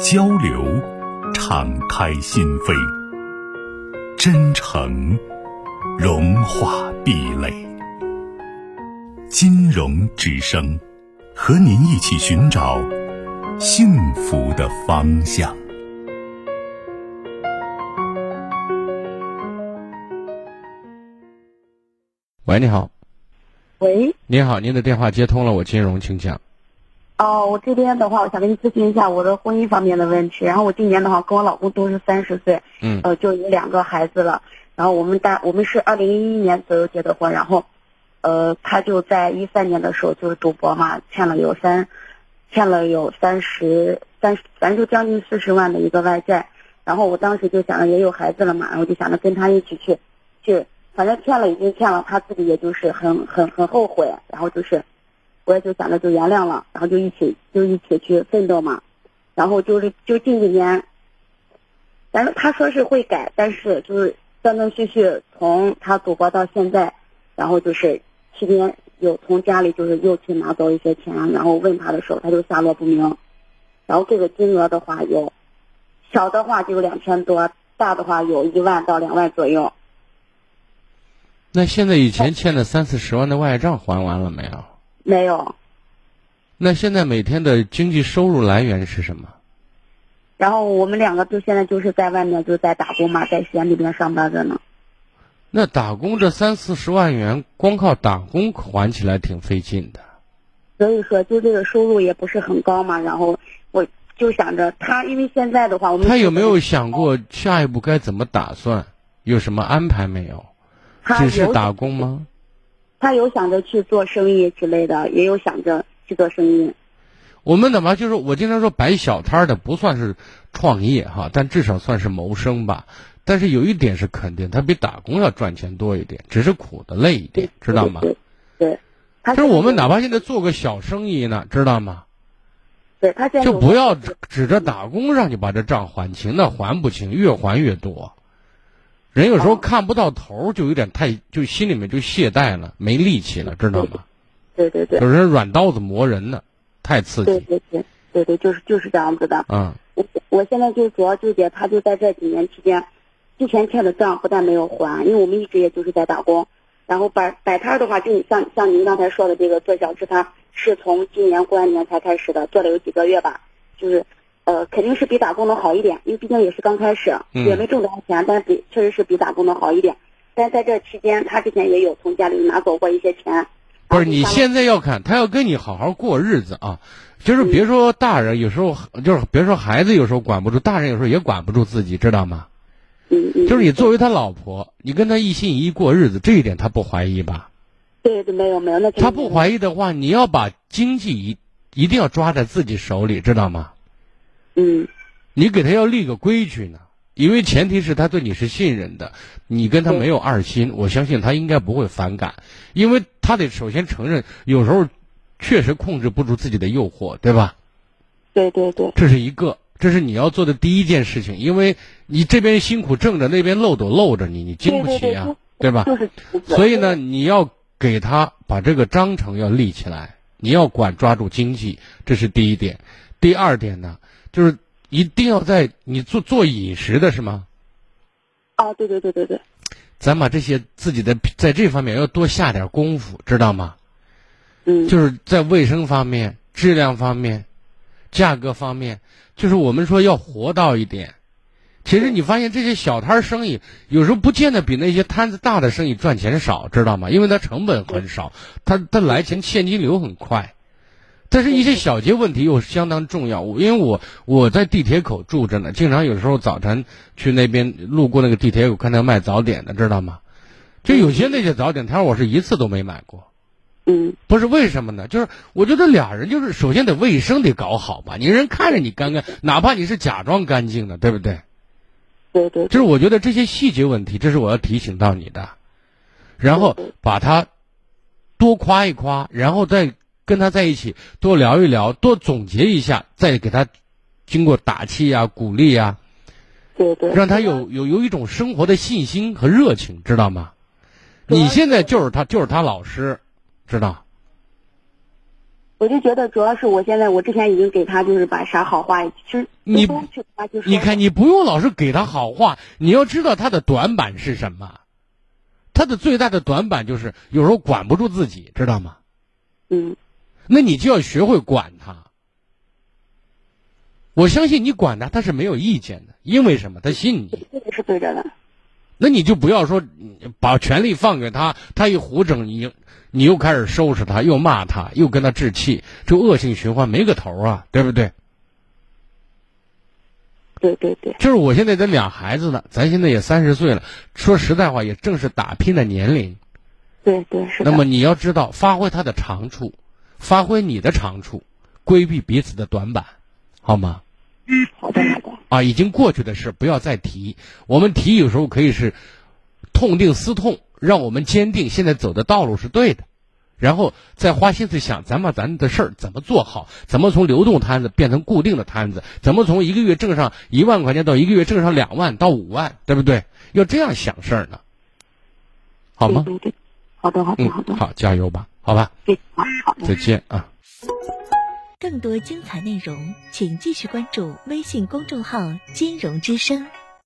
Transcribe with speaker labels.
Speaker 1: 交流，敞开心扉，真诚融化壁垒。金融之声，和您一起寻找幸福的方向。
Speaker 2: 喂，你好，
Speaker 3: 喂，
Speaker 2: 你好，您的电话接通了，我金融，请讲。
Speaker 3: 哦，我这边的话，我想跟您咨询一下我的婚姻方面的问题。然后我今年的话，跟我老公都是三十岁，
Speaker 2: 嗯
Speaker 3: 呃，就有两个孩子了。然后我们大我们是二零一一年左右结的婚，然后，呃，他就在一三年的时候就是赌博嘛，欠了有三，欠了有三十三，反正就将近四十万的一个外债。然后我当时就想着也有孩子了嘛，然后就想着跟他一起去，去，反正欠了已经欠了，他自己也就是很很很后悔，然后就是。我也就想着就原谅了，然后就一起就一起去奋斗嘛。然后就是就近几年，反正他说是会改，但是就是断断续续从他赌博到现在，然后就是期间有从家里就是又去拿走一些钱，然后问他的时候他就下落不明。然后这个金额的话有，小的话就有两千多，大的话有一万到两万左右。
Speaker 2: 那现在以
Speaker 3: 哦
Speaker 2: 前欠的三四十万的外账还完了没有？
Speaker 3: 没有，
Speaker 2: 那现在每天的经济收入来源是什么？
Speaker 3: 然后我们两个就现在就是在外面就在打工嘛，在西安这边上班着呢。
Speaker 2: 那打工这三四十万元，光靠打工还起来挺费劲的。
Speaker 3: 所以说，就这个收入也不是很高嘛。然后我就想着他，因为现在的话，我们
Speaker 2: 他有没有想过下一步该怎么打算？有什么安排没有？
Speaker 3: 他
Speaker 2: 只是
Speaker 3: 有
Speaker 2: 打工吗？
Speaker 3: 他有想着去做生意之类的，也有想着去做生意。
Speaker 2: 我们怎么就是我经常说摆小摊儿的不算是创业哈，但至少算是谋生吧。但是有一点是肯定，他比打工要赚钱多一点，只是苦的累一点，知道吗？
Speaker 3: 对，对，他
Speaker 2: 就是我们哪
Speaker 3: 怕
Speaker 2: 怕现在做个小生意呢，知道吗？
Speaker 3: 对他现在
Speaker 2: 就
Speaker 3: 有
Speaker 2: 不要指指着打工让你把这账还清，那还不清，越还越多。人有时候
Speaker 3: 哦
Speaker 2: 看不到头儿，就有点太，就心里面就懈怠了，没力气了，知道吗？
Speaker 3: 对对对
Speaker 2: 有人软刀子磨人呢，太刺
Speaker 3: 对
Speaker 2: 激
Speaker 3: 对对对对，就是就是这样子的。
Speaker 2: 啊！
Speaker 3: 我我现在就主要纠结，他就在这几年期间，之前欠的账不但没有还，因为我们一直也就是在打工，然后摆摆摊儿的话，就你像像您刚才说的这个做小吃摊，是从今年过完年才开始的，做了有几个月吧，就是，呃，肯定是比打工的好一点，因为毕竟也是刚开始，
Speaker 2: 嗯
Speaker 3: 也没挣多少钱，但是比确实是比打工的好一点。但在这期间，他之前也有从家里拿走过一些钱。
Speaker 2: 不是
Speaker 3: 然后
Speaker 2: 你
Speaker 3: 像
Speaker 2: 现在要看，他要跟你好好过日子啊，就是别说大人，有时候就是别说孩子，有时候管不住，大人有时候也管不住自己，知道吗？
Speaker 3: 嗯嗯，
Speaker 2: 就是你作为他老婆，你跟他一心一意过日子，这一点他不怀疑吧？
Speaker 3: 对对没有没有，那肯定
Speaker 2: 他不怀疑的话，你要把经济一一定要抓在自己手里，知道吗？
Speaker 3: 嗯
Speaker 2: 你给他要立个规矩呢，因为前提是他对你是信任的，你跟他没有二心，我相信他应该不会反感，因为他得首先承认，有时候确实控制不住自己的诱惑，对吧？
Speaker 3: 对对对
Speaker 2: 这是一个，这是你要做的第一件事情，因为你这边辛苦挣着，那边漏斗漏着你，你经不起啊，对吧？
Speaker 3: 就是
Speaker 2: 所以呢，你要给他把这个章程要立起来，你要管抓住经济，这是第一点。第二点呢，就是一定要在你做做饮食的是吗？
Speaker 3: 啊对对对对对。
Speaker 2: 咱把这些自己的在这方面要多下点功夫，知道吗？
Speaker 3: 嗯，
Speaker 2: 就是在卫生方面、质量方面、价格方面，就是我们说要活到一点。其实你发现这些小摊儿生意，有时候不见得比那些摊子大的生意赚钱少，知道吗？因为它成本很少，它它来钱现金流很快。但是，一些小节问题又相当重要。我因为我我在地铁口住着呢，经常有时候早晨去那边路过那个地铁口，看他卖早点的，知道吗？就有些那些早点摊儿，我是一次都没买过。
Speaker 3: 嗯
Speaker 2: 不是为什么呢？就是我觉得俩人就是首先得卫生得搞好吧，你人看着你干干，哪怕你是假装干净的，对不对？
Speaker 3: 对对
Speaker 2: 就是我觉得这些细节问题，这是我要提醒到你的，然后把他多夸一夸，然后再跟他在一起多聊一聊，多总结一下，再给他经过打气呀、鼓励呀、
Speaker 3: 对对，
Speaker 2: 让他有有有一种生活的信心和热情，知道吗？你现在就是他，就是他老师，知道？
Speaker 3: 我就觉得主要是我现在我之前已经给他就是把啥好话，其实
Speaker 2: 你
Speaker 3: 都去他 就说
Speaker 2: 你看，你不用老是给他好话，你要知道他的短板是什么。他的最大的短板就是有时候管不住自己，知道吗？
Speaker 3: 嗯
Speaker 2: 那你就要学会管他。我相信你管他，他是没有意见的，因为什么？他信你。
Speaker 3: 这个是对着的，
Speaker 2: 那你就不要说嗯把权力放给他，他一胡整，你你又开始收拾他，又骂他，又跟他置气，这恶性循环没个头啊，对不对？
Speaker 3: 对对对，
Speaker 2: 就是我现在这俩孩子呢，咱现在也三十岁了，说实在话，也正是打拼的年龄。
Speaker 3: 对对是的。
Speaker 2: 那么你要知道，发挥他的长处，发挥你的长处，规避彼此的短板，好吗？
Speaker 3: 好的好的，
Speaker 2: 啊，已经过去的事不要再提。我们提有时候可以是痛定思痛，让我们坚定现在走的道路是对的，然后再花心思想咱把咱们的事儿怎么做好，怎么从流动摊子变成固定的摊子，怎么从一个月挣上一万块钱到一个月挣上两万到五万，对不对？要这样想事儿呢，好吗？
Speaker 3: 对对对，好的好的
Speaker 2: 嗯
Speaker 3: 好的，，
Speaker 2: 好，加油吧，好吧，
Speaker 3: 对好好的。
Speaker 2: 再见啊。
Speaker 4: 更多精彩内容，请继续关注微信公众号“金融之声”。